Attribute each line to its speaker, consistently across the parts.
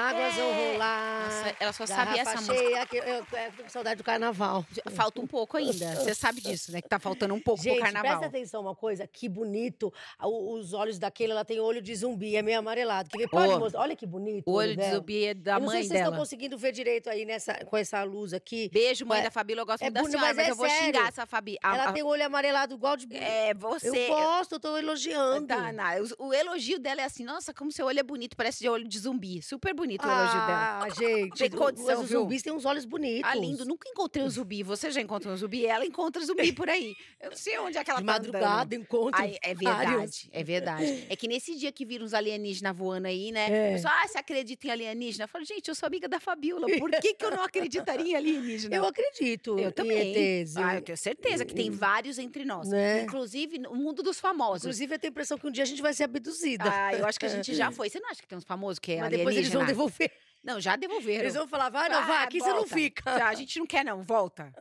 Speaker 1: águas vão
Speaker 2: É.
Speaker 1: rolar.
Speaker 2: Nossa, ela só sabia
Speaker 1: Garrafa
Speaker 2: essa música.
Speaker 1: cheia, que eu, eu, eu tô com saudade do carnaval.
Speaker 2: Falta um pouco ainda. Você sabe disso, né? Que tá faltando um pouco
Speaker 1: Gente,
Speaker 2: pro carnaval.
Speaker 1: presta atenção uma coisa, que bonito. A- o- Os olhos daquele, ela tem olho de zumbi, é meio amarelado. Quer ver? Pode
Speaker 2: Ô,
Speaker 1: mostrar? Olha que bonito.
Speaker 2: O olho de
Speaker 1: dela.
Speaker 2: zumbi é da
Speaker 1: Eu não sei
Speaker 2: mãe
Speaker 1: se vocês estão
Speaker 2: dela.
Speaker 1: conseguindo ver direito aí nessa, com essa luz aqui.
Speaker 2: Beijo, mãe
Speaker 1: Ué,
Speaker 2: da Fabíola. Eu gosto
Speaker 1: é
Speaker 2: muito da
Speaker 1: bonito,
Speaker 2: senhora,
Speaker 1: mas
Speaker 2: mas
Speaker 1: é
Speaker 2: eu vou
Speaker 1: sério.
Speaker 2: xingar essa Fabi. A-
Speaker 1: ela
Speaker 2: a-
Speaker 1: tem o olho amarelado igual de.
Speaker 2: É,
Speaker 1: eu
Speaker 2: você.
Speaker 1: gosto, eu tô elogiando.
Speaker 2: Tá, Ana, os- o elogio dela é assim, nossa, como seu olho é bonito, parece de olho de zumbi. Super bonito o elogio dela.
Speaker 1: Ah, gente.
Speaker 2: Tem
Speaker 1: do-
Speaker 2: condição,
Speaker 1: mas os
Speaker 2: viu?
Speaker 1: zumbis têm uns olhos bonitos.
Speaker 2: Ah, lindo, nunca encontrei um zumbi. Você já encontrou um zumbi? Ela encontra zumbi por aí. Eu não sei onde é que ela
Speaker 1: De
Speaker 2: tá andando.
Speaker 1: madrugada, encontro.
Speaker 2: Ai, é verdade,
Speaker 1: vários.
Speaker 2: é verdade. É que nesse dia que viram os alienígenas voando aí, né?
Speaker 1: É.
Speaker 2: O pessoal, ah, você acredita em alienígena? Eu falo, gente, eu sou amiga da Fabiola, por que, que eu não acreditaria em alienígena?
Speaker 1: Eu acredito.
Speaker 2: Eu
Speaker 1: em
Speaker 2: também.
Speaker 1: ETs,
Speaker 2: Ah,
Speaker 1: eu-
Speaker 2: eu tenho certeza que tem vários entre nós.
Speaker 1: Né?
Speaker 2: Inclusive no mundo dos famosos.
Speaker 1: Inclusive, eu tenho a impressão que um dia a gente vai ser abduzida.
Speaker 2: Ah, eu acho que a gente já foi. Você não acha que tem uns famosos que é
Speaker 1: Mas
Speaker 2: alienígena?
Speaker 1: depois eles vão devolver.
Speaker 2: Não, já devolveram.
Speaker 1: Eles vão falar, vai, não, vai,
Speaker 2: Ah,
Speaker 1: aqui você não
Speaker 2: volta.
Speaker 1: fica.
Speaker 2: Já, a gente não quer, não, volta.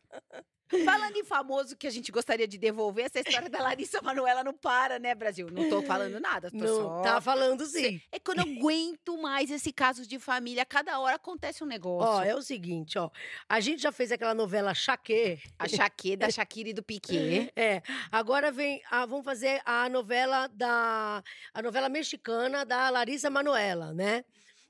Speaker 2: Falando em famoso que a gente gostaria de devolver, essa história da Larissa Manoela não para, né, Brasil? Não tô falando nada, tô
Speaker 1: Não,
Speaker 2: só.
Speaker 1: tá falando sim.
Speaker 2: É que eu não aguento mais esse caso de família. Cada hora acontece um
Speaker 1: Ó,
Speaker 2: negócio.
Speaker 1: é o seguinte, ó. A gente já fez aquela novela Chaquê.
Speaker 2: A Shakira, da Shakira e do Piquet.
Speaker 1: É. Agora vem. A, vamos fazer a novela da. A novela mexicana da Larissa Manoela, né?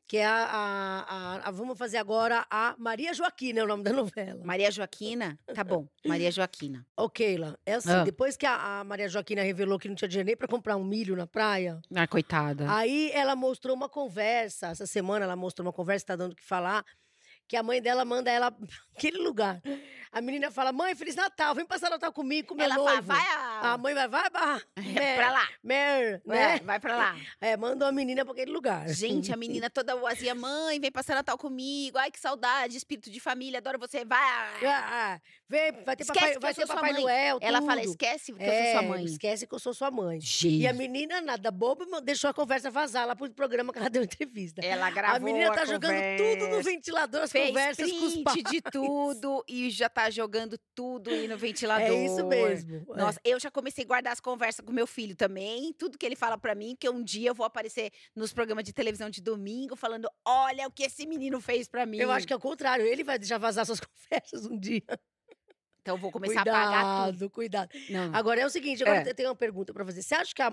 Speaker 1: Que é a, a- a- a- Vamos fazer agora a Maria Joaquina, é o nome da novela.
Speaker 2: Maria Joaquina? Tá bom, Maria Joaquina.
Speaker 1: Ô, Keila, é assim,
Speaker 2: Ah.
Speaker 1: depois que a, a Maria Joaquina revelou que não tinha dinheiro nem pra comprar um milho na praia,
Speaker 2: Ah, coitada.
Speaker 1: Aí ela mostrou uma conversa, essa semana ela mostrou uma conversa, tá dando o que falar, que a mãe dela manda ela pra aquele lugar. A menina fala, mãe, Feliz Natal, vem passar Natal comigo, com meu
Speaker 2: Ela fala,
Speaker 1: noivo.
Speaker 2: vai a...
Speaker 1: A mãe vai, vai, bah, Mer,
Speaker 2: pra lá.
Speaker 1: Mer,
Speaker 2: É,
Speaker 1: né?
Speaker 2: vai pra lá.
Speaker 1: É, mandou a menina pra aquele lugar.
Speaker 2: Gente, a menina toda boazinha, mãe, vem passar Natal comigo. Ai, que saudade, espírito de família, adoro você. Vai!
Speaker 1: Ah, ah, vem, vai ter
Speaker 2: Esquece
Speaker 1: Papai,
Speaker 2: que
Speaker 1: vai
Speaker 2: eu
Speaker 1: ter
Speaker 2: sou sua
Speaker 1: papai
Speaker 2: mãe.
Speaker 1: Noel,
Speaker 2: Ela
Speaker 1: tudo.
Speaker 2: fala, esquece que eu
Speaker 1: É,
Speaker 2: sou sua mãe.
Speaker 1: Esquece que eu sou sua mãe.
Speaker 2: Gente.
Speaker 1: E a menina, nada boba, man- deixou a conversa vazar lá pro programa que ela deu entrevista.
Speaker 2: Ela gravou
Speaker 1: a menina tá
Speaker 2: É, a
Speaker 1: jogando tudo no
Speaker 2: conversa,
Speaker 1: ventilador, as
Speaker 2: Fez
Speaker 1: conversas com os pais.
Speaker 2: print de tudo e já tá jogando tudo aí no ventilador.
Speaker 1: É isso mesmo. é.
Speaker 2: Nossa, eu já comecei a guardar as conversas com meu filho também. Tudo que ele fala pra mim, que um dia eu vou aparecer nos programas de televisão de domingo falando: olha o que esse menino fez pra mim.
Speaker 1: Eu acho que é o contrário, ele vai deixar vazar suas conversas um dia.
Speaker 2: Então eu vou começar
Speaker 1: cuidado,
Speaker 2: a apagar tudo.
Speaker 1: cuidado.
Speaker 2: Não,
Speaker 1: Agora é o seguinte, agora
Speaker 2: É.
Speaker 1: eu tenho uma pergunta pra fazer. Você acha que a,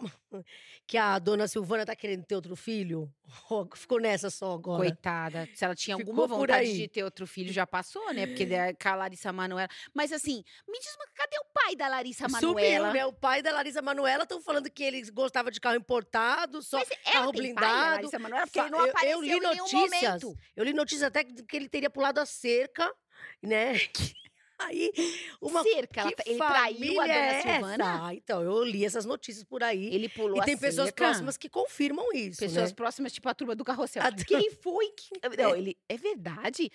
Speaker 1: que a dona Silvana tá querendo ter outro filho? Ou Ficou nessa só agora.
Speaker 2: Coitada. Se ela tinha
Speaker 1: Ficou
Speaker 2: alguma
Speaker 1: por aí. É.
Speaker 2: vontade de ter outro filho, já passou, né? Porque da- com a Larissa Manoela. Mas assim, me diz uma, cadê o pai da Larissa Manoela?
Speaker 1: Sumiu, né? O pai da Larissa Manoela estão falando que ele gostava de carro importado, só
Speaker 2: Mas ela
Speaker 1: carro
Speaker 2: tem pai, a
Speaker 1: blindado.
Speaker 2: Larissa Manoela, porque ele não
Speaker 1: Tá Eu- eu
Speaker 2: apareceu
Speaker 1: li
Speaker 2: em nenhum
Speaker 1: notícias.
Speaker 2: momento.
Speaker 1: Eu li notícias até que, que ele teria pulado a cerca, né? Que- Aí, uma
Speaker 2: Cerca, ela- tá,
Speaker 1: que
Speaker 2: ele traiu a
Speaker 1: família é
Speaker 2: dona
Speaker 1: essa?
Speaker 2: Silvana.
Speaker 1: Ah, então, eu li essas notícias por aí.
Speaker 2: Ele pulou
Speaker 1: e tem
Speaker 2: a
Speaker 1: pessoas
Speaker 2: cerca.
Speaker 1: próximas que confirmam isso,
Speaker 2: Pessoas
Speaker 1: né?
Speaker 2: próximas, tipo a turma do
Speaker 1: A-
Speaker 2: carrossel. Quem foi que. Não, ele. É verdade?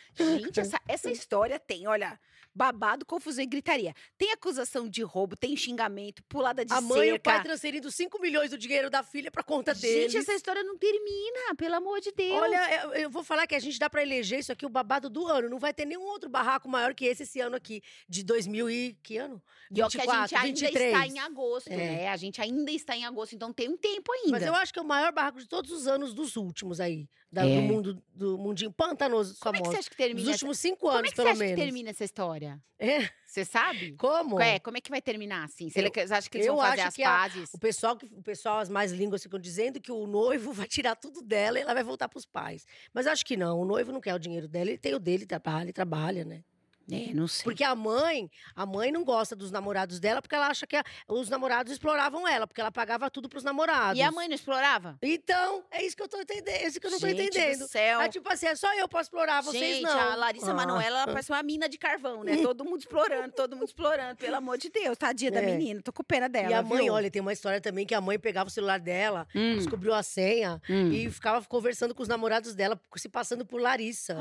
Speaker 2: Gente, essa, essa história tem, olha, babado, confusão e gritaria. Tem acusação de roubo, tem xingamento, pulada de
Speaker 1: A mãe e o
Speaker 2: cerca.
Speaker 1: pai transferindo 5 milhões do dinheiro da filha pra conta deles.
Speaker 2: Gente, essa história não termina, pelo amor de Deus.
Speaker 1: Olha, eu, eu vou falar que a gente dá pra eleger isso aqui o babado do ano. Não vai ter nenhum outro barraco maior que esse esse ano aqui, de 2000 e que ano?
Speaker 2: E ó, que a gente
Speaker 1: 24,
Speaker 2: ainda
Speaker 1: 23.
Speaker 2: está em agosto,
Speaker 1: É.
Speaker 2: né? A gente ainda está em agosto, então tem um tempo ainda.
Speaker 1: Mas eu acho que é o maior barraco de todos os anos dos últimos aí, da-
Speaker 2: É.
Speaker 1: do mundo do mundinho pantanoso
Speaker 2: Como é que
Speaker 1: famoso.
Speaker 2: você acha que termina?
Speaker 1: Dos
Speaker 2: essa-
Speaker 1: últimos cinco
Speaker 2: Como
Speaker 1: anos,
Speaker 2: é que você
Speaker 1: pelo
Speaker 2: acha
Speaker 1: menos.
Speaker 2: que termina essa história?
Speaker 1: É,
Speaker 2: Você sabe?
Speaker 1: como?
Speaker 2: É, como é que vai terminar assim? Você
Speaker 1: Eu-
Speaker 2: que- você acha que eles
Speaker 1: eu
Speaker 2: vão fazer
Speaker 1: acho
Speaker 2: as
Speaker 1: que a-
Speaker 2: pazes?
Speaker 1: O pessoal, que- o pessoal, as mais línguas ficam dizendo que o noivo vai tirar tudo dela e ela vai voltar pros pais. Mas eu acho que não, o noivo não quer o dinheiro dela, ele tem o dele, trabalha, ele trabalha, né?
Speaker 2: É, não sei.
Speaker 1: Porque a mãe, a mãe não gosta dos namorados dela porque ela acha que a- os namorados exploravam ela, porque ela pagava tudo pros namorados.
Speaker 2: E a mãe não explorava?
Speaker 1: Então, é isso que eu tô entendendo, é isso que eu não tô
Speaker 2: Gente
Speaker 1: entendendo.
Speaker 2: Do céu.
Speaker 1: É tipo assim, é só eu posso explorar, vocês
Speaker 2: Gente,
Speaker 1: não.
Speaker 2: a Larissa
Speaker 1: Ah.
Speaker 2: Manoela ela parece uma mina de carvão, né? Todo mundo explorando, todo mundo explorando. Pelo amor de Deus, tadinha da
Speaker 1: É.
Speaker 2: menina. Tô com pena dela.
Speaker 1: E a mãe,
Speaker 2: viu?
Speaker 1: olha, tem uma história também que a mãe pegava o celular dela,
Speaker 2: Hum.
Speaker 1: descobriu a senha
Speaker 2: Hum.
Speaker 1: e ficava conversando com os namorados dela, se passando por Larissa.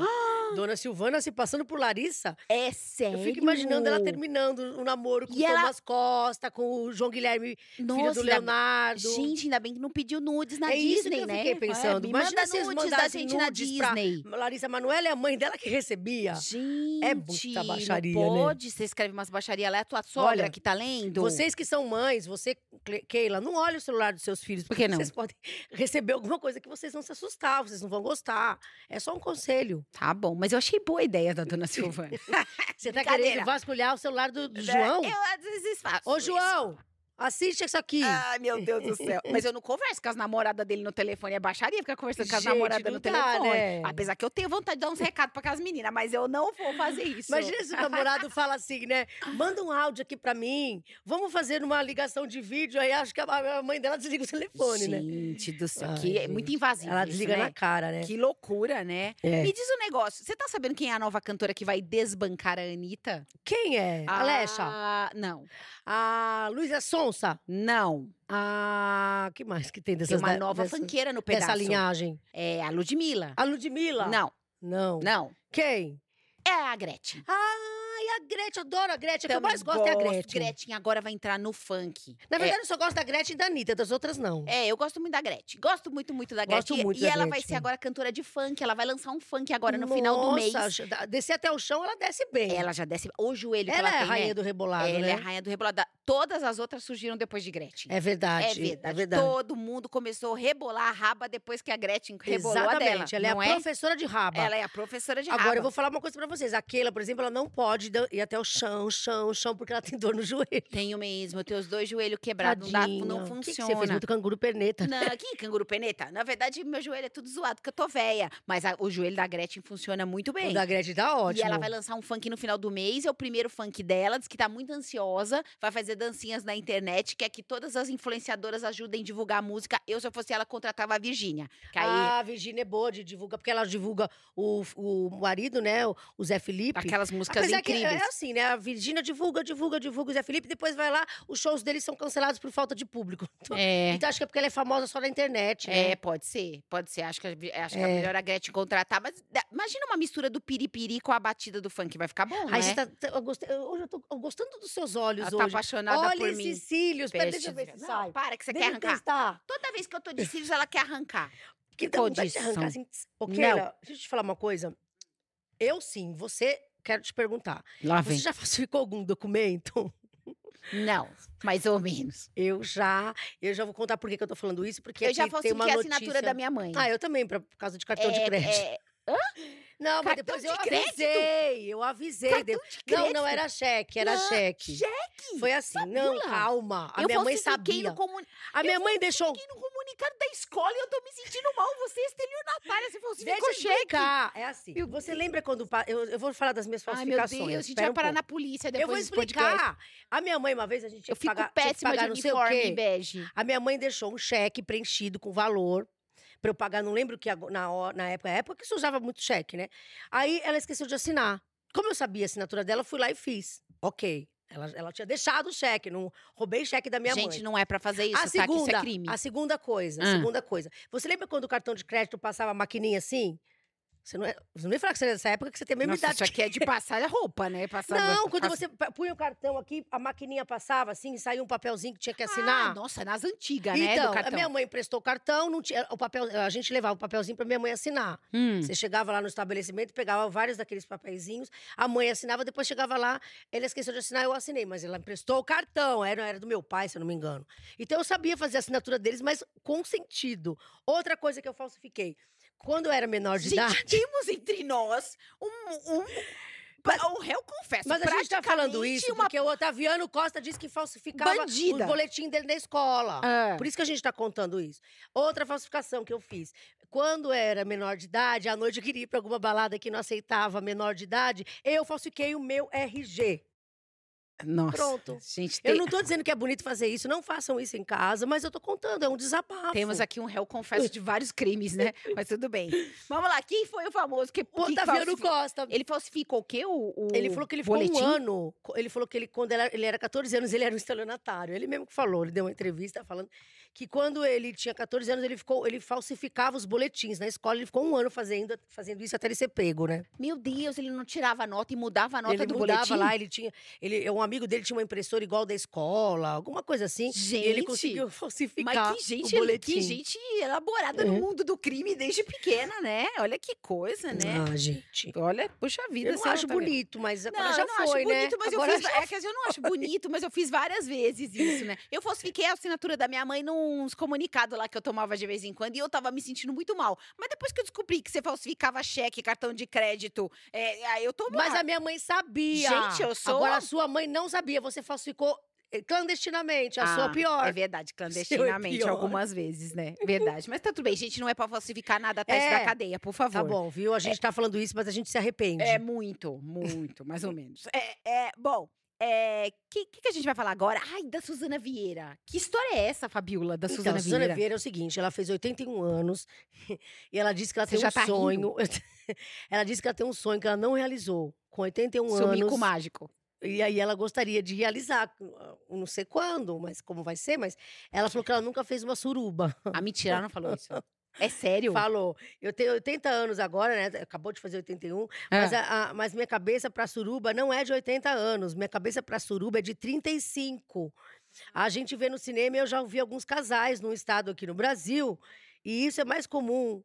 Speaker 1: Dona Silvana se passando por Larissa
Speaker 2: É sério.
Speaker 1: Eu fico imaginando ela terminando o namoro com
Speaker 2: E
Speaker 1: o
Speaker 2: ela-
Speaker 1: Thomas Costa, com o João Guilherme, filho
Speaker 2: Nossa,
Speaker 1: do
Speaker 2: ainda-
Speaker 1: Leonardo.
Speaker 2: Gente, ainda bem que não pediu nudes na
Speaker 1: É
Speaker 2: Disney,
Speaker 1: isso que eu
Speaker 2: né?
Speaker 1: fiquei pensando.
Speaker 2: É, me
Speaker 1: Imagina
Speaker 2: manda
Speaker 1: se eles
Speaker 2: nudes da
Speaker 1: mandassem
Speaker 2: gente na
Speaker 1: nudes pra-
Speaker 2: Disney.
Speaker 1: Larissa Manoela é a mãe dela que recebia.
Speaker 2: Gente,
Speaker 1: É muita baixaria,
Speaker 2: não
Speaker 1: né?
Speaker 2: pode. Você escreve umas baixarias lá, é a tua sogra
Speaker 1: Olha,
Speaker 2: que tá lendo.
Speaker 1: Vocês que são mães, você, Cle- Keila, não olha o celular dos seus filhos.
Speaker 2: Por que
Speaker 1: porque
Speaker 2: não?
Speaker 1: Vocês podem receber alguma coisa que vocês vão se assustar, vocês não vão gostar. É só um conselho.
Speaker 2: Tá bom, mas eu achei boa a ideia da dona Silvana.
Speaker 1: Você tá
Speaker 2: Brincadeira. É,
Speaker 1: querendo vasculhar o celular do, do João?
Speaker 2: Né? Eu às vezes faço
Speaker 1: Ô,
Speaker 2: isso. Ah.
Speaker 1: João, assiste isso aqui.
Speaker 2: Ai, meu Deus do céu. Mas eu não converso com as namoradas dele no telefone. É baixaria ficar conversando com as
Speaker 1: Gente,
Speaker 2: namoradas
Speaker 1: não
Speaker 2: no
Speaker 1: dá,
Speaker 2: telefone.
Speaker 1: né?
Speaker 2: Apesar que eu tenho vontade de dar uns recados pra aquelas meninas, mas eu não vou fazer isso.
Speaker 1: Imagina se o namorado fala assim, né? Manda um áudio aqui pra mim, vamos fazer uma ligação de vídeo. Aí acho que a a mãe dela desliga o telefone, né?
Speaker 2: Gente do céu,
Speaker 1: Ai,
Speaker 2: que é muito
Speaker 1: gente.
Speaker 2: invasivo.
Speaker 1: Ela
Speaker 2: isso,
Speaker 1: desliga
Speaker 2: né?
Speaker 1: na cara, né?
Speaker 2: Que loucura, né?
Speaker 1: É.
Speaker 2: Me diz um negócio. Você tá sabendo quem é a nova cantora que vai desbancar a Anitta?
Speaker 1: Quem é?
Speaker 2: A-
Speaker 1: Alexa?
Speaker 2: Não.
Speaker 1: A Luísa Sonsa?
Speaker 2: Não.
Speaker 1: A. que mais que tem dessas
Speaker 2: Tem uma
Speaker 1: da-
Speaker 2: nova
Speaker 1: dessa-
Speaker 2: fanqueira no pedaço.
Speaker 1: dessa linhagem?
Speaker 2: É a Ludmilla.
Speaker 1: A Ludmilla?
Speaker 2: Não,
Speaker 1: Não.
Speaker 2: não.
Speaker 1: Quem?
Speaker 2: É a Gretchen.
Speaker 1: Ai, a Gretchen, adoro a Gretchen. O que eu
Speaker 2: Também
Speaker 1: mais gosto é a
Speaker 2: gosto.
Speaker 1: Gretchen.
Speaker 2: Gretchen agora vai entrar no funk.
Speaker 1: Na
Speaker 2: É,
Speaker 1: verdade, eu só gosto da Gretchen e da Anitta, das outras não.
Speaker 2: É, eu gosto muito da Gretchen. Gosto muito, muito da
Speaker 1: Gosto
Speaker 2: Gretchen. E-
Speaker 1: muito
Speaker 2: e
Speaker 1: da
Speaker 2: ela vai
Speaker 1: Gretchen.
Speaker 2: ser agora cantora de funk. Ela vai lançar um funk agora no final do mês. É,
Speaker 1: Nossa, da- descer até o chão, ela desce bem.
Speaker 2: Ela já desce. O joelho que
Speaker 1: Ela
Speaker 2: ela
Speaker 1: é a
Speaker 2: tem,
Speaker 1: rainha
Speaker 2: né?
Speaker 1: do rebolado,
Speaker 2: Ela
Speaker 1: né?
Speaker 2: é a rainha do rebolado. Todas as outras surgiram depois de Gretchen.
Speaker 1: É verdade.
Speaker 2: É verdade. Todo mundo começou a rebolar a raba depois que a Gretchen rebolou
Speaker 1: Exatamente.
Speaker 2: a dela.
Speaker 1: ela é
Speaker 2: não
Speaker 1: a professora de raba.
Speaker 2: Ela é a professora de
Speaker 1: Agora
Speaker 2: raba.
Speaker 1: eu vou falar uma coisa pra vocês. A Keila, por exemplo, ela não pode dan- ir até o chão, chão, chão, porque ela tem dor no joelho.
Speaker 2: Tenho mesmo, eu tenho os dois joelhos quebrados. Não, dá- não
Speaker 1: Tadinha. O
Speaker 2: funciona.
Speaker 1: que que você fez muito canguru perneta.
Speaker 2: Não, que canguru peneta? Na verdade, meu joelho é tudo zoado, porque eu tô velha. Mas a- o joelho da Gretchen funciona muito bem.
Speaker 1: O da Gretchen tá ótimo.
Speaker 2: E ela vai lançar um funk no final do mês, é o primeiro funk dela, diz que tá muito ansiosa, vai fazer dancinhas na internet, quer que todas as influenciadoras ajudem a divulgar a música. Eu, se eu fosse ela, contratava a Virgínia. Que aí,
Speaker 1: Ah, a Virgínia é boa de divulgar, porque ela divulga o, o marido, né? O, o Zé Felipe.
Speaker 2: aquelas músicas
Speaker 1: Apesar que
Speaker 2: incríveis.
Speaker 1: é assim, né? A Virgínia divulga, divulga, divulga o Zé Felipe, depois vai lá, os shows deles são cancelados por falta de público. Então,
Speaker 2: É.
Speaker 1: então acho que é porque ela é famosa só na internet, né?
Speaker 2: É, pode ser, pode ser. Acho que, a- acho que é
Speaker 1: É.
Speaker 2: melhor a Gretchen contratar. Mas da- imagina uma mistura do piripiri com a batida do funk, vai ficar bom, né?
Speaker 1: Ai, você tá, tá- eu gostei- eu- hoje eu tô gostando dos seus olhos
Speaker 2: Ela tá
Speaker 1: hoje.
Speaker 2: apaixonada por
Speaker 1: Olha
Speaker 2: mim.
Speaker 1: esses cílios. Pera, deixa eu ver
Speaker 2: Peste-
Speaker 1: se
Speaker 2: Não,
Speaker 1: sai.
Speaker 2: Para, que você
Speaker 1: Deixa eu
Speaker 2: quer arrancar.
Speaker 1: testar.
Speaker 2: Toda vez que eu tô de cílios, ela quer arrancar.
Speaker 1: Que dá vontade de
Speaker 2: Condição.
Speaker 1: arrancar assim. tss. Ô,
Speaker 2: Não.
Speaker 1: Keila, deixa eu te falar uma coisa. Eu sim, você, quero te perguntar.
Speaker 2: Lá
Speaker 1: Você já falsificou algum documento?
Speaker 2: Não, mais ou menos.
Speaker 1: Eu já. Eu já vou contar por que que eu tô falando isso, porque
Speaker 2: eu já
Speaker 1: aqui tem
Speaker 2: falsifiquei
Speaker 1: uma
Speaker 2: a
Speaker 1: notícia...
Speaker 2: assinatura da minha mãe.
Speaker 1: Ah, eu também, pra, por causa de cartão de
Speaker 2: É-
Speaker 1: crédito.
Speaker 2: é-
Speaker 1: Não, mas
Speaker 2: Cartão
Speaker 1: depois
Speaker 2: de
Speaker 1: eu
Speaker 2: crédito?
Speaker 1: avisei, eu avisei.
Speaker 2: Cartão
Speaker 1: de-
Speaker 2: de
Speaker 1: Não,
Speaker 2: crédito?
Speaker 1: não era cheque, era
Speaker 2: Não,
Speaker 1: cheque.
Speaker 2: Cheque?
Speaker 1: Foi assim, não,
Speaker 2: Fabiola,
Speaker 1: calma. A
Speaker 2: eu
Speaker 1: minha mãe
Speaker 2: falsifiquei
Speaker 1: sabia.
Speaker 2: No comun...
Speaker 1: A minha
Speaker 2: eu
Speaker 1: mãe deixou.
Speaker 2: falsifiquei no comunicado da escola e eu tô me sentindo mal. Você é estelionatária, você falsificou
Speaker 1: Deixa eu
Speaker 2: cheque.
Speaker 1: explicar. É assim.
Speaker 2: Meu
Speaker 1: Você lembra quando. pa- Eu, eu vou falar das minhas
Speaker 2: Ai, meu
Speaker 1: falsificações.
Speaker 2: Deus, a gente
Speaker 1: espera
Speaker 2: vai
Speaker 1: um
Speaker 2: parar
Speaker 1: pouco.
Speaker 2: na polícia
Speaker 1: Eu
Speaker 2: depois
Speaker 1: vou
Speaker 2: desse podcast.
Speaker 1: explicar. A minha mãe, uma vez, a gente tinha
Speaker 2: Eu
Speaker 1: que
Speaker 2: fico
Speaker 1: pagar, tinha que
Speaker 2: péssima
Speaker 1: pagar
Speaker 2: de
Speaker 1: não sei o
Speaker 2: uniforme
Speaker 1: quê.
Speaker 2: bege.
Speaker 1: A minha mãe deixou um cheque preenchido com valor pra eu pagar. Não lembro que ago- na, hora- na época, na época que se usava muito cheque, né? Aí ela esqueceu de assinar. Como eu sabia a assinatura dela, eu fui lá e fiz. Ok. Ela, ela tinha deixado o cheque, não roubei cheque da minha
Speaker 2: gente,
Speaker 1: mãe.
Speaker 2: não é pra fazer isso,
Speaker 1: a
Speaker 2: tá? Que
Speaker 1: segunda,
Speaker 2: isso é crime.
Speaker 1: a segunda coisa, a
Speaker 2: Ah.
Speaker 1: segunda coisa. Você lembra quando o cartão de crédito passava a maquininha assim? Você não, é, você não ia falar que você era dessa época que você tem a mesma
Speaker 2: Nossa,
Speaker 1: idade
Speaker 2: isso aqui é de passar a roupa, né? Passar
Speaker 1: não,
Speaker 2: roupa,
Speaker 1: quando
Speaker 2: passa-
Speaker 1: você pa- punha o cartão aqui, a maquininha passava assim, saiu um papelzinho que tinha que
Speaker 2: Ah,
Speaker 1: assinar.
Speaker 2: nossa, nas antigas, né?
Speaker 1: então,
Speaker 2: do
Speaker 1: a
Speaker 2: cartão.
Speaker 1: minha mãe emprestou o cartão, não tinha, o papel, a gente levava o papelzinho pra minha mãe assinar.
Speaker 2: Hum.
Speaker 1: Você chegava lá no estabelecimento, pegava vários daqueles papeizinhos, a mãe assinava, depois chegava lá, ela esqueceu de assinar, eu assinei, mas ela emprestou o cartão, era, era do meu pai, se eu não me engano. Então eu sabia fazer a assinatura deles, mas com sentido. Outra coisa que eu falsifiquei, quando eu era menor de
Speaker 2: Gente,
Speaker 1: idade...
Speaker 2: temos entre nós um. um pa- um réu, confesso.
Speaker 1: Mas a gente tá falando
Speaker 2: praticamente
Speaker 1: isso
Speaker 2: uma
Speaker 1: porque o Otaviano Costa disse que falsificava
Speaker 2: Bandida.
Speaker 1: o boletim dele na escola.
Speaker 2: Ah.
Speaker 1: Por isso que a gente tá contando isso. Outra falsificação que eu fiz. Quando eu era menor de idade, à noite eu queria ir pra alguma balada que não aceitava menor de idade, eu falsifiquei o meu RG.
Speaker 2: Nossa.
Speaker 1: Pronto.
Speaker 2: Gente,
Speaker 1: Eu
Speaker 2: tem-
Speaker 1: não tô dizendo que é bonito fazer isso, não façam isso em casa, mas eu tô contando, é um desabafo.
Speaker 2: temos aqui um réu confesso de vários crimes, né? Mas tudo bem. tá Vamos lá, quem foi o famoso? Que,
Speaker 1: O
Speaker 2: que
Speaker 1: Otaviano
Speaker 2: falsifi-
Speaker 1: Costa.
Speaker 2: Ele falsificou o quê? O, o
Speaker 1: Ele falou que ele ficou
Speaker 2: boletim?
Speaker 1: um ano. co- Ele falou que ele, quando ele era, ele era 14 anos, ele era um estelionatário. Ele mesmo que falou, ele deu uma entrevista falando que quando ele tinha 14 anos, ele, ficou, ele falsificava os boletins na escola. Ele ficou um ano fazendo, fazendo isso até ele ser pego, né?
Speaker 2: Meu Deus, ele não tirava a nota e mudava a nota
Speaker 1: ele
Speaker 2: do
Speaker 1: mudava
Speaker 2: boletim?
Speaker 1: lá, ele tinha. Ele, um amigo dele tinha uma impressora igual da escola, alguma coisa assim.
Speaker 2: Gente,
Speaker 1: e ele conseguiu falsificar.
Speaker 2: mas que
Speaker 1: o
Speaker 2: gente,
Speaker 1: boletim.
Speaker 2: que gente elaborada no
Speaker 1: É.
Speaker 2: mundo do crime desde pequena, né? Olha que coisa, né?
Speaker 1: Ah, gente.
Speaker 2: Olha, puxa vida.
Speaker 1: Eu não
Speaker 2: sei lá,
Speaker 1: acho
Speaker 2: tá vendo?
Speaker 1: bonito, mas
Speaker 2: Não,
Speaker 1: agora já
Speaker 2: eu não
Speaker 1: foi,
Speaker 2: acho
Speaker 1: né?
Speaker 2: bonito, mas
Speaker 1: agora
Speaker 2: eu fiz.
Speaker 1: já
Speaker 2: É que eu não acho bonito, mas eu fiz várias vezes isso, né? Eu falsifiquei a assinatura da minha mãe nos comunicados lá que eu tomava de vez em quando e eu tava me sentindo muito mal. Mas depois que eu descobri que você falsificava cheque, cartão de crédito, é, aí eu tô
Speaker 1: Mas
Speaker 2: mal.
Speaker 1: a minha mãe sabia.
Speaker 2: Gente, eu sou
Speaker 1: Agora
Speaker 2: uma-
Speaker 1: a sua mãe não sabia, você falsificou eh, clandestinamente, a
Speaker 2: Ah,
Speaker 1: sua pior. é
Speaker 2: É verdade, clandestinamente,
Speaker 1: pior.
Speaker 2: algumas vezes, né? Verdade. Mas tá tudo bem, gente, não é pra falsificar nada atrás
Speaker 1: É.
Speaker 2: da cadeia, por favor.
Speaker 1: Tá bom, viu? A gente tá falando isso, mas a gente se arrepende.
Speaker 2: É muito, muito, mais ou menos. É, é, bom, o é, que, que, que a gente vai falar agora? Ai, da Suzana Vieira. Que história é essa, Fabiola, da
Speaker 1: Então,
Speaker 2: Suzana
Speaker 1: a Suzana
Speaker 2: Vieira?
Speaker 1: Vieira. é o seguinte, ela fez 81 anos e ela disse que ela
Speaker 2: Você
Speaker 1: tem
Speaker 2: já
Speaker 1: um
Speaker 2: tá rindo?
Speaker 1: sonho. ela disse que ela tem um sonho que ela não realizou. Com 81
Speaker 2: Seu
Speaker 1: anos.
Speaker 2: mico mágico.
Speaker 1: E aí ela gostaria de realizar. ah, Não sei quando, mas como vai ser, mas ela falou que ela nunca fez uma suruba.
Speaker 2: A mentira ela não falou isso. É sério?
Speaker 1: Falou. Eu tenho 80 anos agora, né? Acabou de fazer 81. Mas,
Speaker 2: Ah,
Speaker 1: a- a- mas minha cabeça para suruba não é de 80 anos. Minha cabeça para suruba é de 35. A gente vê no cinema, eu já ouvi alguns casais num estado aqui no Brasil. E isso é mais comum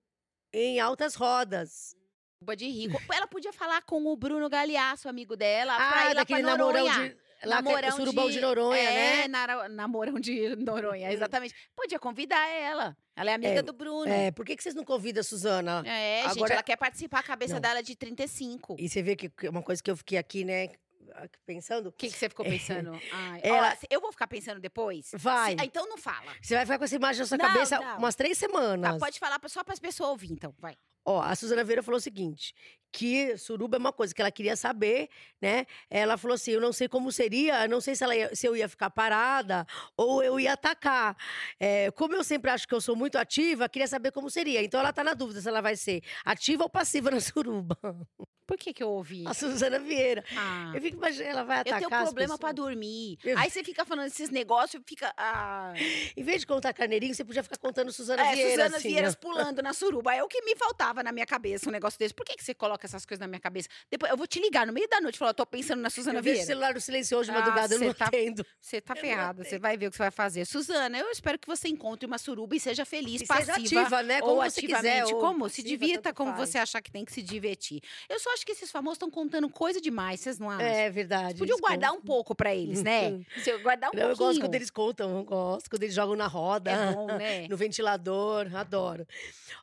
Speaker 1: em altas rodas.
Speaker 2: Cuba de rico. Ela podia falar com o Bruno Galeaço, amigo dela, pra ir lá pra
Speaker 1: Ah, daquele namorão
Speaker 2: Noronha.
Speaker 1: de. Lá que é
Speaker 2: Namorão
Speaker 1: o surubão de,
Speaker 2: de-
Speaker 1: Noronha,
Speaker 2: é,
Speaker 1: né?
Speaker 2: nara- namorão de Noronha, exatamente. Podia convidar ela. Ela é amiga
Speaker 1: É,
Speaker 2: do Bruno. É,
Speaker 1: É, por que, que vocês não convidam a Suzana?
Speaker 2: gente,
Speaker 1: agora-
Speaker 2: ela quer participar, a cabeça
Speaker 1: Não.
Speaker 2: dela é de 35. O
Speaker 1: E você vê que que uma coisa que eu fiquei aqui, né, aqui pensando.
Speaker 2: que, que você ficou pensando? Ai,
Speaker 1: É. Ela-
Speaker 2: ó, eu vou ficar pensando depois?
Speaker 1: Vai.
Speaker 2: Se- ah, então não fala.
Speaker 1: Você vai ficar com essa imagem na sua
Speaker 2: Não,
Speaker 1: cabeça
Speaker 2: não.
Speaker 1: umas três
Speaker 2: Tá,
Speaker 1: semanas.
Speaker 2: pode falar pra- só pras pessoas ouvir, então. Vai.
Speaker 1: Ó, a Suzana Vieira falou o seguinte, que suruba é uma coisa que ela queria saber, né? Ela falou assim, eu não sei como seria, eu não sei se, ela ia- se eu ia ficar parada ou eu ia atacar. É, como eu sempre acho que eu sou muito ativa, queria saber como seria. Então ela tá na dúvida se ela vai ser ativa ou passiva na suruba.
Speaker 2: Por que que eu ouvi?
Speaker 1: A Suzana Vieira.
Speaker 2: Ah.
Speaker 1: Eu fico imaginando, ela vai
Speaker 2: Eu
Speaker 1: atacar
Speaker 2: tenho
Speaker 1: as
Speaker 2: problema pra
Speaker 1: pessoas?
Speaker 2: dormir.
Speaker 1: Eu-
Speaker 2: Aí você fica falando esses negócios, fica. Ah,
Speaker 1: Em vez de contar carneirinho, você podia ficar contando Suzana
Speaker 2: é,
Speaker 1: Vieira.
Speaker 2: Suzana
Speaker 1: assim,
Speaker 2: Vieiras
Speaker 1: ó.
Speaker 2: pulando na suruba. É o que me faltava na minha cabeça, um negócio desse. Por que, que você coloca essas coisas na minha cabeça? Depois eu vou te ligar no meio da noite e falar, eu tô pensando na Suzana
Speaker 1: Eu vejo o
Speaker 2: Vieira.
Speaker 1: celular no silencioso de
Speaker 2: Ah,
Speaker 1: madrugada, eu
Speaker 2: cê
Speaker 1: não
Speaker 2: tá-
Speaker 1: atendo.
Speaker 2: Você tá
Speaker 1: não
Speaker 2: ferrada, você vai ver o que você vai fazer. Suzana, eu espero que você encontre uma suruba e seja feliz,
Speaker 1: E seja
Speaker 2: passiva.
Speaker 1: ativa, né? Como
Speaker 2: ou
Speaker 1: você quiser.
Speaker 2: ativamente,
Speaker 1: ou
Speaker 2: como? Se
Speaker 1: passiva,
Speaker 2: divirta
Speaker 1: tanto
Speaker 2: como
Speaker 1: faz.
Speaker 2: você achar que tem que se divertir. Eu só acho que esses famosos estão contando coisa demais, vocês não acham?
Speaker 1: É verdade.
Speaker 2: Podiam
Speaker 1: desculpa.
Speaker 2: guardar um pouco pra eles, né? Se eu guardar um
Speaker 1: Não, eu gosto
Speaker 2: pouquinho.
Speaker 1: quando eles contam, eu gosto quando eles jogam na roda,
Speaker 2: É bom, né?
Speaker 1: no ventilador, adoro.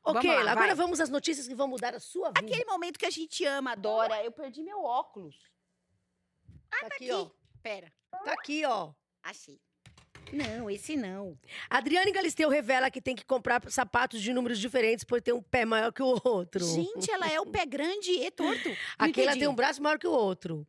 Speaker 2: Vamos
Speaker 1: Ok,
Speaker 2: lá,
Speaker 1: agora
Speaker 2: vai.
Speaker 1: vamos às notícias que vão mudar a sua vida.
Speaker 2: Aquele momento que a gente ama, adora. Eu perdi meu óculos.
Speaker 1: tá aqui, ó.
Speaker 2: Pera,
Speaker 1: Tá aqui, ó.
Speaker 2: achei. Não, esse não.
Speaker 1: Adriane Galisteu revela que tem que comprar sapatos de números diferentes por ter um pé maior que o outro.
Speaker 2: Gente, ela é o pé grande e torto. Não
Speaker 1: Aqui ela
Speaker 2: entendi.
Speaker 1: tem um braço maior que o outro.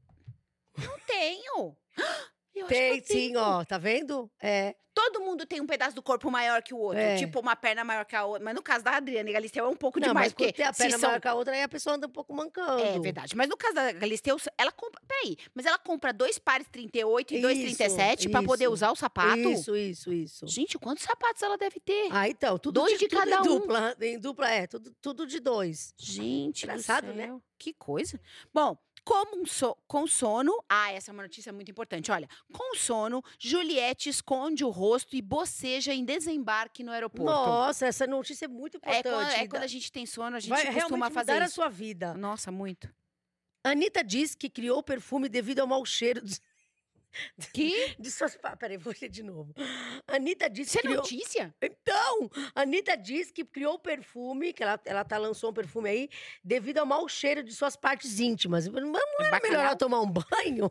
Speaker 2: Não tenho. Eu acho que eu
Speaker 1: Tem,
Speaker 2: tenho.
Speaker 1: sim, ó. Tá vendo? É.
Speaker 2: Todo mundo tem um pedaço do corpo maior que o outro.
Speaker 1: É.
Speaker 2: Tipo, uma perna maior que a outra. Mas no caso da Adriana Galisteu é um pouco
Speaker 1: Não,
Speaker 2: demais.
Speaker 1: mas quando
Speaker 2: porque
Speaker 1: tem a
Speaker 2: se
Speaker 1: perna
Speaker 2: são...
Speaker 1: maior que a outra, aí a pessoa anda um pouco mancando.
Speaker 2: É verdade. Mas no caso da Galisteu, ela compra. Peraí, mas ela compra dois pares 38 e dois
Speaker 1: Isso,
Speaker 2: 37 pra poder
Speaker 1: isso.
Speaker 2: usar o sapato?
Speaker 1: Isso, isso, isso.
Speaker 2: Gente, quantos sapatos ela deve ter?
Speaker 1: Ah, então, tudo
Speaker 2: Dois de
Speaker 1: tudo em
Speaker 2: cada um.
Speaker 1: dupla, em dupla é, tudo, tudo de dois.
Speaker 2: Gente, do
Speaker 1: Engraçado, né?
Speaker 2: céu, Que coisa. Bom, como um so- com sono. Ah, essa é uma notícia muito importante. Olha, com sono, Juliette esconde o rosto e boceja em desembarque no aeroporto.
Speaker 1: Nossa, essa notícia é muito
Speaker 2: é,
Speaker 1: importante.
Speaker 2: quando, é quando
Speaker 1: Dá-
Speaker 2: a gente tem sono, a gente
Speaker 1: vai realmente
Speaker 2: costuma
Speaker 1: mudar
Speaker 2: fazer
Speaker 1: a
Speaker 2: isso.
Speaker 1: sua vida.
Speaker 2: Nossa, muito.
Speaker 1: Anitta diz que criou o perfume devido ao mau cheiro de,
Speaker 2: Que?
Speaker 1: de suas... pa- Peraí, vou ler de novo. Anitta diz
Speaker 2: Isso
Speaker 1: que
Speaker 2: é
Speaker 1: criou...
Speaker 2: notícia?
Speaker 1: Então, Anitta diz que criou o perfume, que ela, ela tá, lançou um perfume aí, devido ao mau cheiro de suas partes íntimas. Mas Não
Speaker 2: tá
Speaker 1: era melhor ela
Speaker 2: Bacalhau.
Speaker 1: tomar um banho?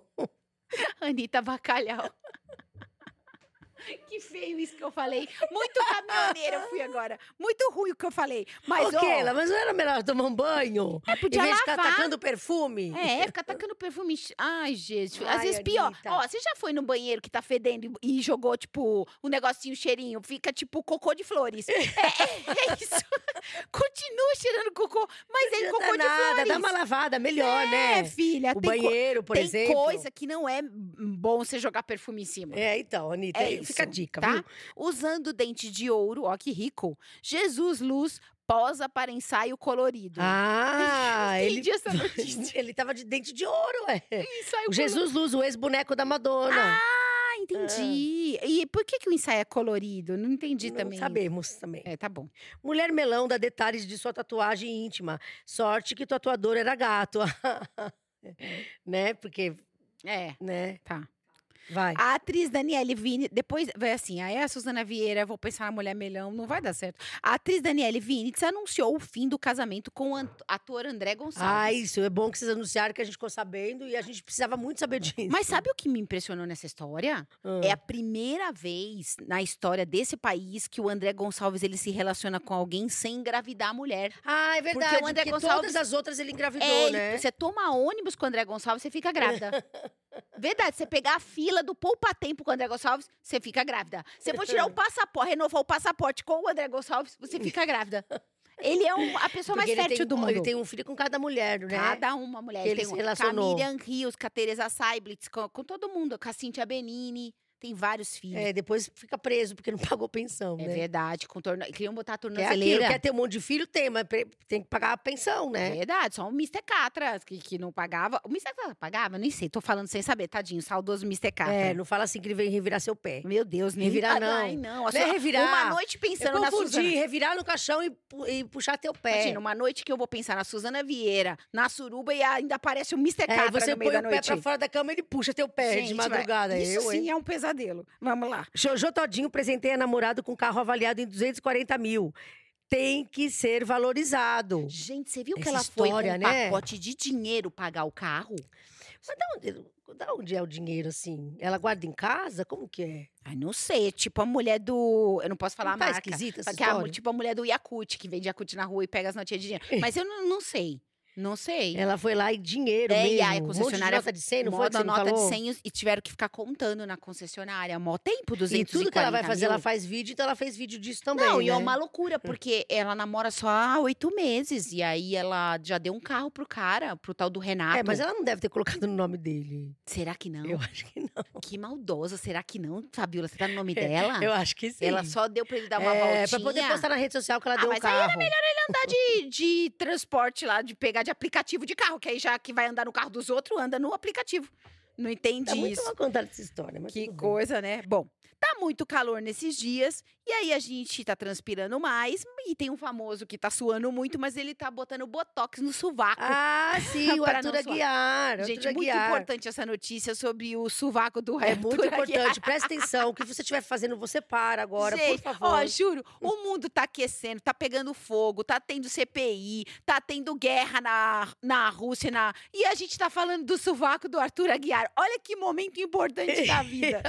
Speaker 2: Anitta Bacalhau. Que feio isso que eu falei. Muito caminhoneira eu fui agora. Muito ruim o que eu falei. Mas,
Speaker 1: Ô,
Speaker 2: ó,
Speaker 1: Keila, mas não era melhor tomar um banho?
Speaker 2: é,
Speaker 1: Em
Speaker 2: podia
Speaker 1: vez de ficar
Speaker 2: lavar.
Speaker 1: atacando perfume?
Speaker 2: É, fica atacando perfume. Ai, gente. Às
Speaker 1: Ai,
Speaker 2: vezes pior.
Speaker 1: Anitta.
Speaker 2: Ó, você já foi no banheiro que tá fedendo e e jogou, tipo, um negocinho, um cheirinho. Fica, tipo, cocô de flores. É, é- é isso. Continua cheirando cocô, mas
Speaker 1: Não
Speaker 2: é cocô
Speaker 1: dá
Speaker 2: de
Speaker 1: nada,
Speaker 2: flores.
Speaker 1: dá uma lavada melhor,
Speaker 2: É,
Speaker 1: né?
Speaker 2: filha.
Speaker 1: O
Speaker 2: tem co-
Speaker 1: banheiro, por
Speaker 2: tem
Speaker 1: exemplo.
Speaker 2: coisa que não é bom você jogar perfume em cima.
Speaker 1: É, então, Anitta,
Speaker 2: É
Speaker 1: aí fica a
Speaker 2: isso,
Speaker 1: dica,
Speaker 2: tá?
Speaker 1: viu?
Speaker 2: Usando dente de ouro, ó que rico. Jesus Luz posa para ensaio colorido.
Speaker 1: Ah, ele,
Speaker 2: Entendi essa notícia.
Speaker 1: ele tava de dente de ouro, ué.
Speaker 2: Ensaio
Speaker 1: O Jesus Luz, o ex-boneco da Madonna.
Speaker 2: Ah, entendi. E por que, que o ensaio é colorido? Ah. Não entendi
Speaker 1: Não
Speaker 2: também.
Speaker 1: Sabemos também.
Speaker 2: É, tá bom.
Speaker 1: Mulher melão dá detalhes de sua tatuagem íntima. Sorte que tatuador era gato. né? Porque,
Speaker 2: É,
Speaker 1: né?
Speaker 2: tá.
Speaker 1: Vai.
Speaker 2: A atriz Daniele Vini, depois, vai assim, aí a Suzana Vieira, vou pensar na Mulher Melão, não vai dar certo. A atriz Daniele Vinitz anunciou o fim do casamento com o an- ator André
Speaker 1: Ah,
Speaker 2: Gonçalves.
Speaker 1: isso. É bom que vocês anunciaram que a gente ficou sabendo e a gente precisava muito saber disso.
Speaker 2: Mas sabe o que me impressionou nessa história?
Speaker 1: Ah.
Speaker 2: É a primeira vez na história desse país que o André Gonçalves ele se relaciona com alguém sem engravidar a mulher.
Speaker 1: Ah, é verdade.
Speaker 2: Porque o André Gonçalves-
Speaker 1: todas as outras ele engravidou,
Speaker 2: é, ele-
Speaker 1: né?
Speaker 2: você toma ônibus com o André Gonçalves, você fica grávida. Verdade, você pegar a fila do poupa tempo com o André Gonçalves, você fica grávida. Você for tirar o passaporte, renovar o passaporte com o André Gonçalves, você fica grávida. Ele é um- a
Speaker 1: Porque
Speaker 2: pessoa mais
Speaker 1: ele
Speaker 2: fértil
Speaker 1: tem,
Speaker 2: do mundo.
Speaker 1: Ele tem um filho com cada mulher, né?
Speaker 2: Cada uma mulher.
Speaker 1: Que ele
Speaker 2: tem
Speaker 1: se
Speaker 2: um-
Speaker 1: relacionou.
Speaker 2: Com a Miriam Rios, com a Teresa Seiblitz, com, com todo mundo. Com a Cintia Benini. Tem vários filhos.
Speaker 1: É, depois fica preso porque não pagou pensão,
Speaker 2: É
Speaker 1: né?
Speaker 2: verdade, com torno... queriam botar a
Speaker 1: Que é aquilo,
Speaker 2: tornozeleira.
Speaker 1: quer ter um monte de filho? Tem, mas pre- tem que pagar a pensão,
Speaker 2: É
Speaker 1: né?
Speaker 2: verdade, só o Mr. Catra, que, que não pagava. O Mr. Catra pagava? Nem sei, tô falando sem saber, tadinho, saudoso Mr. Catra.
Speaker 1: É, não fala assim que ele vem revirar seu pé.
Speaker 2: Meu Deus, nem
Speaker 1: Revirar,
Speaker 2: Ah,
Speaker 1: não.
Speaker 2: Ai, não. a
Speaker 1: Não é
Speaker 2: sua-
Speaker 1: revirar.
Speaker 2: Uma noite
Speaker 1: Eu
Speaker 2: pensando na
Speaker 1: confundi, É.
Speaker 2: Suzana.
Speaker 1: revirar no caixão e, pu- e puxar teu pé.
Speaker 2: Imagina, uma noite que eu vou pensar na Suzana Vieira, na Suruba e ainda aparece o Mr.
Speaker 1: É,
Speaker 2: Catra
Speaker 1: aí você
Speaker 2: no meio
Speaker 1: põe
Speaker 2: da
Speaker 1: o pé
Speaker 2: noite.
Speaker 1: pra fora da cama e ele puxa teu pé de
Speaker 2: Gente, vai,
Speaker 1: madrugada.
Speaker 2: Isso
Speaker 1: eu, hein?
Speaker 2: sim é um pesadelo. Vamos lá.
Speaker 1: Jojo Todinho presenteia namorado com um carro avaliado em 240 mil. Tem que ser valorizado.
Speaker 2: Gente, você viu que
Speaker 1: Essa
Speaker 2: ela foi com
Speaker 1: história,
Speaker 2: um
Speaker 1: né?
Speaker 2: pacote de dinheiro pagar o carro?
Speaker 1: Mas da onde, da onde é o dinheiro, assim? Ela guarda em casa? Como que é?
Speaker 2: Ai, não sei, tipo a mulher do... Eu não posso falar
Speaker 1: Não tá
Speaker 2: a marca.
Speaker 1: esquisita essa
Speaker 2: Que é a mu-
Speaker 1: história? É.
Speaker 2: tipo a mulher do Yakut, que vende Yakut na rua e pega as notinhas de dinheiro. Mas eu não, não sei. Não sei.
Speaker 1: Ela foi lá e dinheiro
Speaker 2: É,
Speaker 1: mesmo.
Speaker 2: e a
Speaker 1: um monte de
Speaker 2: concessionária
Speaker 1: nota de 100, não foi
Speaker 2: Moda
Speaker 1: que você me
Speaker 2: nota
Speaker 1: falou?
Speaker 2: de 100 e tiveram que ficar contando na concessionária. Mó tempo, 240
Speaker 1: E tudo que ela vai fazer,
Speaker 2: mil.
Speaker 1: ela faz vídeo, então ela fez vídeo disso também,
Speaker 2: Não,
Speaker 1: né?
Speaker 2: e é uma loucura, porque ela namora só há oito meses. E aí ela já deu um carro pro cara, pro tal do Renato.
Speaker 1: É, mas ela não deve ter colocado no nome dele.
Speaker 2: Será que não?
Speaker 1: Eu acho que não.
Speaker 2: Que maldosa. Será que não, Fabiola? Você tá no
Speaker 1: É,
Speaker 2: nome dela?
Speaker 1: Eu acho que sim.
Speaker 2: Ela só deu pra ele dar uma voltinha.
Speaker 1: é, pra poder postar na rede social que ela
Speaker 2: Ah,
Speaker 1: deu um
Speaker 2: mas aí
Speaker 1: carro.
Speaker 2: era andar de, de transporte lá, de pegar de aplicativo de carro. Que aí já que vai andar no carro dos outros, anda no aplicativo. Não entendi
Speaker 1: Tá muito
Speaker 2: isso.
Speaker 1: mal contar essa história, mas
Speaker 2: Que
Speaker 1: tudo bem.
Speaker 2: coisa, né? Bom, tá muito calor nesses dias e aí a gente tá transpirando mais e tem um famoso que tá suando muito, mas ele tá botando botox no sovaco.
Speaker 1: Ah, sim, o
Speaker 2: Pra não
Speaker 1: Arthur
Speaker 2: suar.
Speaker 1: Aguiar.
Speaker 2: gente,
Speaker 1: Arthur
Speaker 2: muito
Speaker 1: Aguiar.
Speaker 2: importante essa notícia sobre o sovaco do
Speaker 1: É
Speaker 2: Arthur
Speaker 1: muito
Speaker 2: Aguiar.
Speaker 1: importante, presta atenção. O que você estiver fazendo, você para agora,
Speaker 2: Gente,
Speaker 1: por favor.
Speaker 2: ó, juro, o mundo tá aquecendo, tá pegando fogo, tá tendo CPI, tá tendo guerra na, na Rússia, e na... e a gente tá falando do sovaco do Arthur Aguiar. Olha que momento importante da vida.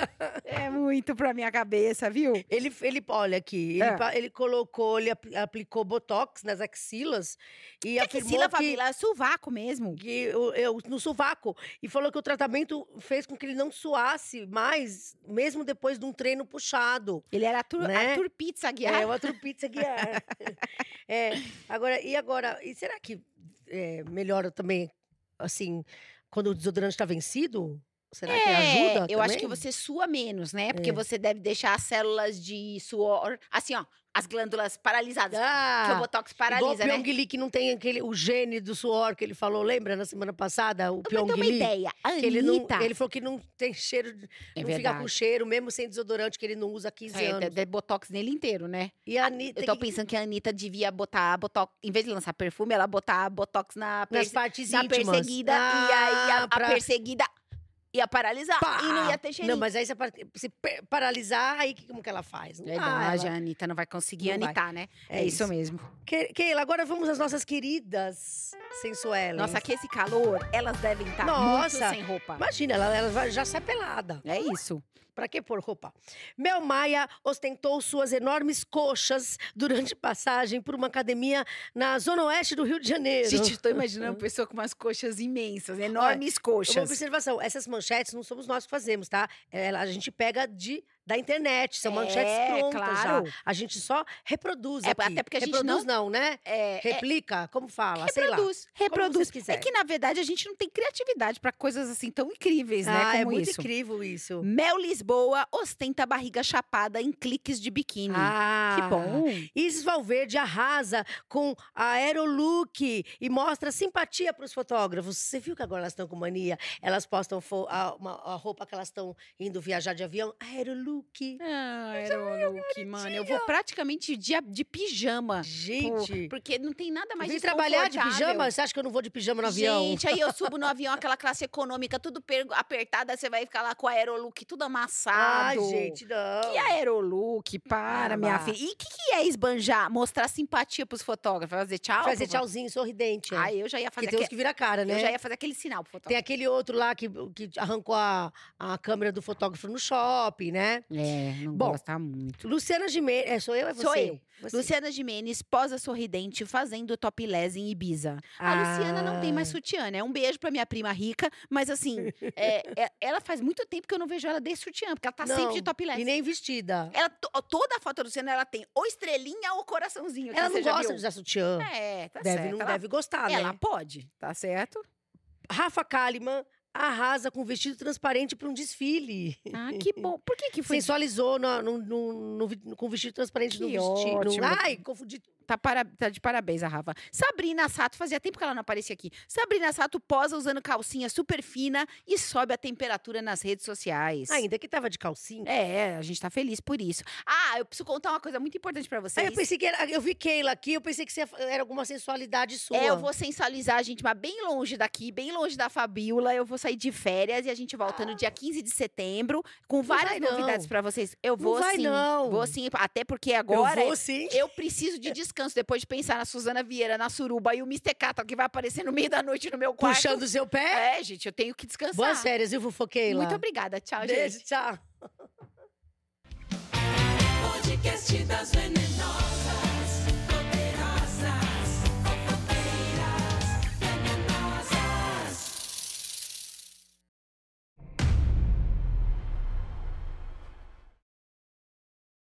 Speaker 2: É muito pra minha cabeça, viu?
Speaker 1: Ele, ele, olha aqui, ele,
Speaker 2: É.
Speaker 1: pa- ele colocou, ele apl- aplicou botox nas axilas e
Speaker 2: É que
Speaker 1: afirmou
Speaker 2: Sila
Speaker 1: que,
Speaker 2: Fabila é sovaco mesmo.
Speaker 1: que o- eu- no sovaco e falou que o tratamento fez com que ele não suasse mais, mesmo depois de um treino puxado.
Speaker 2: Ele era Arthur,
Speaker 1: Né?
Speaker 2: Arthur Pizza Aguiar.
Speaker 1: É, o outro pizza guiar. é, agora, e agora, e será que é, melhora também, assim, quando o desodorante está vencido? Será que
Speaker 2: É,
Speaker 1: ajuda
Speaker 2: eu acho que
Speaker 1: também?
Speaker 2: você sua menos, né? Porque
Speaker 1: É.
Speaker 2: você deve deixar as células de suor, assim, ó, as glândulas paralisadas. Porque o
Speaker 1: Ah,
Speaker 2: Botox
Speaker 1: igual o
Speaker 2: paralisa, né?
Speaker 1: Pyong Lee, que não tem aquele, o gene do suor que ele falou, lembra, na semana passada? O
Speaker 2: Pra
Speaker 1: Pyong
Speaker 2: ter uma
Speaker 1: Lee?
Speaker 2: ideia, a
Speaker 1: Que
Speaker 2: Anitta...
Speaker 1: ele, não, ele falou que não tem cheiro, de-
Speaker 2: é
Speaker 1: não
Speaker 2: verdade.
Speaker 1: fica com cheiro, mesmo sem desodorante, que ele não usa há 15
Speaker 2: É, de-
Speaker 1: anos.
Speaker 2: de Botox nele inteiro, né?
Speaker 1: E a Anitta,
Speaker 2: Eu tô
Speaker 1: que-
Speaker 2: pensando que a Anitta devia botar Botox... Em vez de lançar perfume, ela botar Botox na,
Speaker 1: nas
Speaker 2: perse-
Speaker 1: partes
Speaker 2: na
Speaker 1: íntimas.
Speaker 2: perseguida. e aí a,
Speaker 1: Ah,
Speaker 2: a
Speaker 1: pra-
Speaker 2: perseguida ia paralisar.
Speaker 1: Pá!
Speaker 2: E não ia ter cheirinho.
Speaker 1: Não, mas aí se, apar- se pe- paralisar, aí que- como que ela faz? Não dá,
Speaker 2: Verdade,
Speaker 1: ah, ela-
Speaker 2: É a Anitta não vai conseguir
Speaker 1: Não vai.
Speaker 2: anitar, né? É, isso mesmo.
Speaker 1: Que- Keila, agora vamos às nossas queridas sensuelas.
Speaker 2: Nossa, que esse calor, elas devem estar muito
Speaker 1: é Nossa,
Speaker 2: sem roupa.
Speaker 1: Imagina, ela, ela vai- já sai pelada.
Speaker 2: É isso.
Speaker 1: Pra que pôr roupa? Mel Maia ostentou suas enormes coxas durante passagem por uma academia na zona oeste do Rio de Janeiro.
Speaker 2: Gente, eu tô imaginando uma pessoa com umas coxas imensas, enormes coxas.
Speaker 1: Uma observação, essas manchetes não somos nós que fazemos, tá? Ela- a gente pega de, da internet, são
Speaker 2: É,
Speaker 1: manchetes prontas
Speaker 2: claro.
Speaker 1: já. A gente só reproduz
Speaker 2: É,
Speaker 1: aqui.
Speaker 2: até porque a gente
Speaker 1: reproduz não, né?
Speaker 2: É, é-
Speaker 1: Replica, como fala, sei lá.
Speaker 2: reproduz, reproduz.
Speaker 1: vocês
Speaker 2: é
Speaker 1: quiserem.
Speaker 2: que, na verdade, a gente não tem criatividade pra coisas assim tão incríveis, né?
Speaker 1: Ah,
Speaker 2: Como
Speaker 1: é muito
Speaker 2: isso.
Speaker 1: incrível isso.
Speaker 2: Mel Lisboa ostenta a barriga chapada em cliques de biquíni.
Speaker 1: Ah,
Speaker 2: que bom.
Speaker 1: Isis Valverde arrasa com a Aerolook e mostra simpatia para os fotógrafos. Você viu que agora elas estão com mania? Elas postam fo- a, uma- a roupa que elas estão indo viajar de avião. Aerolook.
Speaker 2: Ah, Aerolook, mano. Eu vou praticamente de, de pijama. tipo,
Speaker 1: Gente,
Speaker 2: Porque não tem nada Ah, mais
Speaker 1: eu vim trabalhar de
Speaker 2: desconfortável.
Speaker 1: pijama? Você acha que eu não vou de pijama no avião?
Speaker 2: Gente, aí eu subo no avião, aquela classe econômica, tudo per- apertada, você vai ficar lá com o aerolook tudo
Speaker 1: ah,
Speaker 2: amassado.
Speaker 1: gente, não.
Speaker 2: Que é aerolook, para,
Speaker 1: Ah,
Speaker 2: minha
Speaker 1: vá.
Speaker 2: filha. E o que, que é esbanjar? Mostrar simpatia pros fotógrafos? Fazer tchau?
Speaker 1: Fazer
Speaker 2: pro-
Speaker 1: tchauzinho sorridente. é.
Speaker 2: Ai, eu já ia fazer
Speaker 1: que tem
Speaker 2: aquele...
Speaker 1: uns que vira a cara, né?
Speaker 2: Eu já ia fazer aquele sinal pro
Speaker 1: Tem
Speaker 2: fotógrafo.
Speaker 1: aquele outro lá que, que arrancou a, a câmera do fotógrafo no shopping, né?
Speaker 2: É, não
Speaker 1: Bom,
Speaker 2: gosta muito.
Speaker 1: Luciana Gimenez. É, sou eu ou é você?
Speaker 2: Sou eu.
Speaker 1: tá Você.
Speaker 2: Luciana Jimenez posa sorridente fazendo topless em Ibiza. A Luciana não tem mais
Speaker 1: Ah.
Speaker 2: sutiã, né? Um beijo pra minha prima rica, mas assim, é, é- ela faz muito tempo que eu não vejo ela de sutiã, porque ela tá sempre de
Speaker 1: Não,
Speaker 2: topless.
Speaker 1: E nem vestida.
Speaker 2: Ela, to- toda a foto da Luciana, ela tem ou estrelinha ou coraçãozinho. que
Speaker 1: Ela
Speaker 2: É, você
Speaker 1: não
Speaker 2: já
Speaker 1: gosta
Speaker 2: viu.
Speaker 1: de usar sutiã.
Speaker 2: É, tá
Speaker 1: deve,
Speaker 2: certo.
Speaker 1: não
Speaker 2: ela,
Speaker 1: deve gostar,
Speaker 2: ela é.
Speaker 1: né?
Speaker 2: pode, tá certo?
Speaker 1: Rafa Kalimann arrasa com vestido transparente para um desfile.
Speaker 2: Ah, que bom. Por que que foi?
Speaker 1: Sensualizou no, no, no, no vi- com vestido transparente
Speaker 2: Que
Speaker 1: no vestido.
Speaker 2: ótimo.
Speaker 1: Ai, confundi.
Speaker 2: Tá, para- tá de parabéns a Rafa. Sabrina Sato, fazia tempo que ela não aparecia aqui. Sabrina Sato posa usando calcinha super fina e sobe a temperatura nas redes sociais.
Speaker 1: Ainda que tava de calcinha.
Speaker 2: É, a gente tá feliz por isso. Ah, eu preciso contar uma coisa muito importante pra
Speaker 1: Aí
Speaker 2: vocês.
Speaker 1: eu pensei que era, eu vi Keila aqui, eu pensei que você era alguma sensualidade sua.
Speaker 2: É, eu vou sensualizar, gente, mas bem longe daqui, bem longe da Fabiola. Eu vou sair de férias e a gente volta no dia 15 de setembro com várias
Speaker 1: vai, não.
Speaker 2: novidades pra vocês. Eu
Speaker 1: Não
Speaker 2: vou
Speaker 1: vai,
Speaker 2: sim.
Speaker 1: não.
Speaker 2: Vou sim, até porque agora é,
Speaker 1: eu vou sim.
Speaker 2: eu preciso de descanso depois de pensar na Suzana Vieira, na Suruba e o Mr. Catra que vai aparecer no meio da noite no meu quarto.
Speaker 1: Puxando o seu pé.
Speaker 2: É, gente, eu tenho que descansar.
Speaker 1: Boas férias, viu, fofoqueira?
Speaker 2: Muito obrigada. Tchau, gente.
Speaker 1: Beijo, tchau.
Speaker 3: Podcast das Venenosas.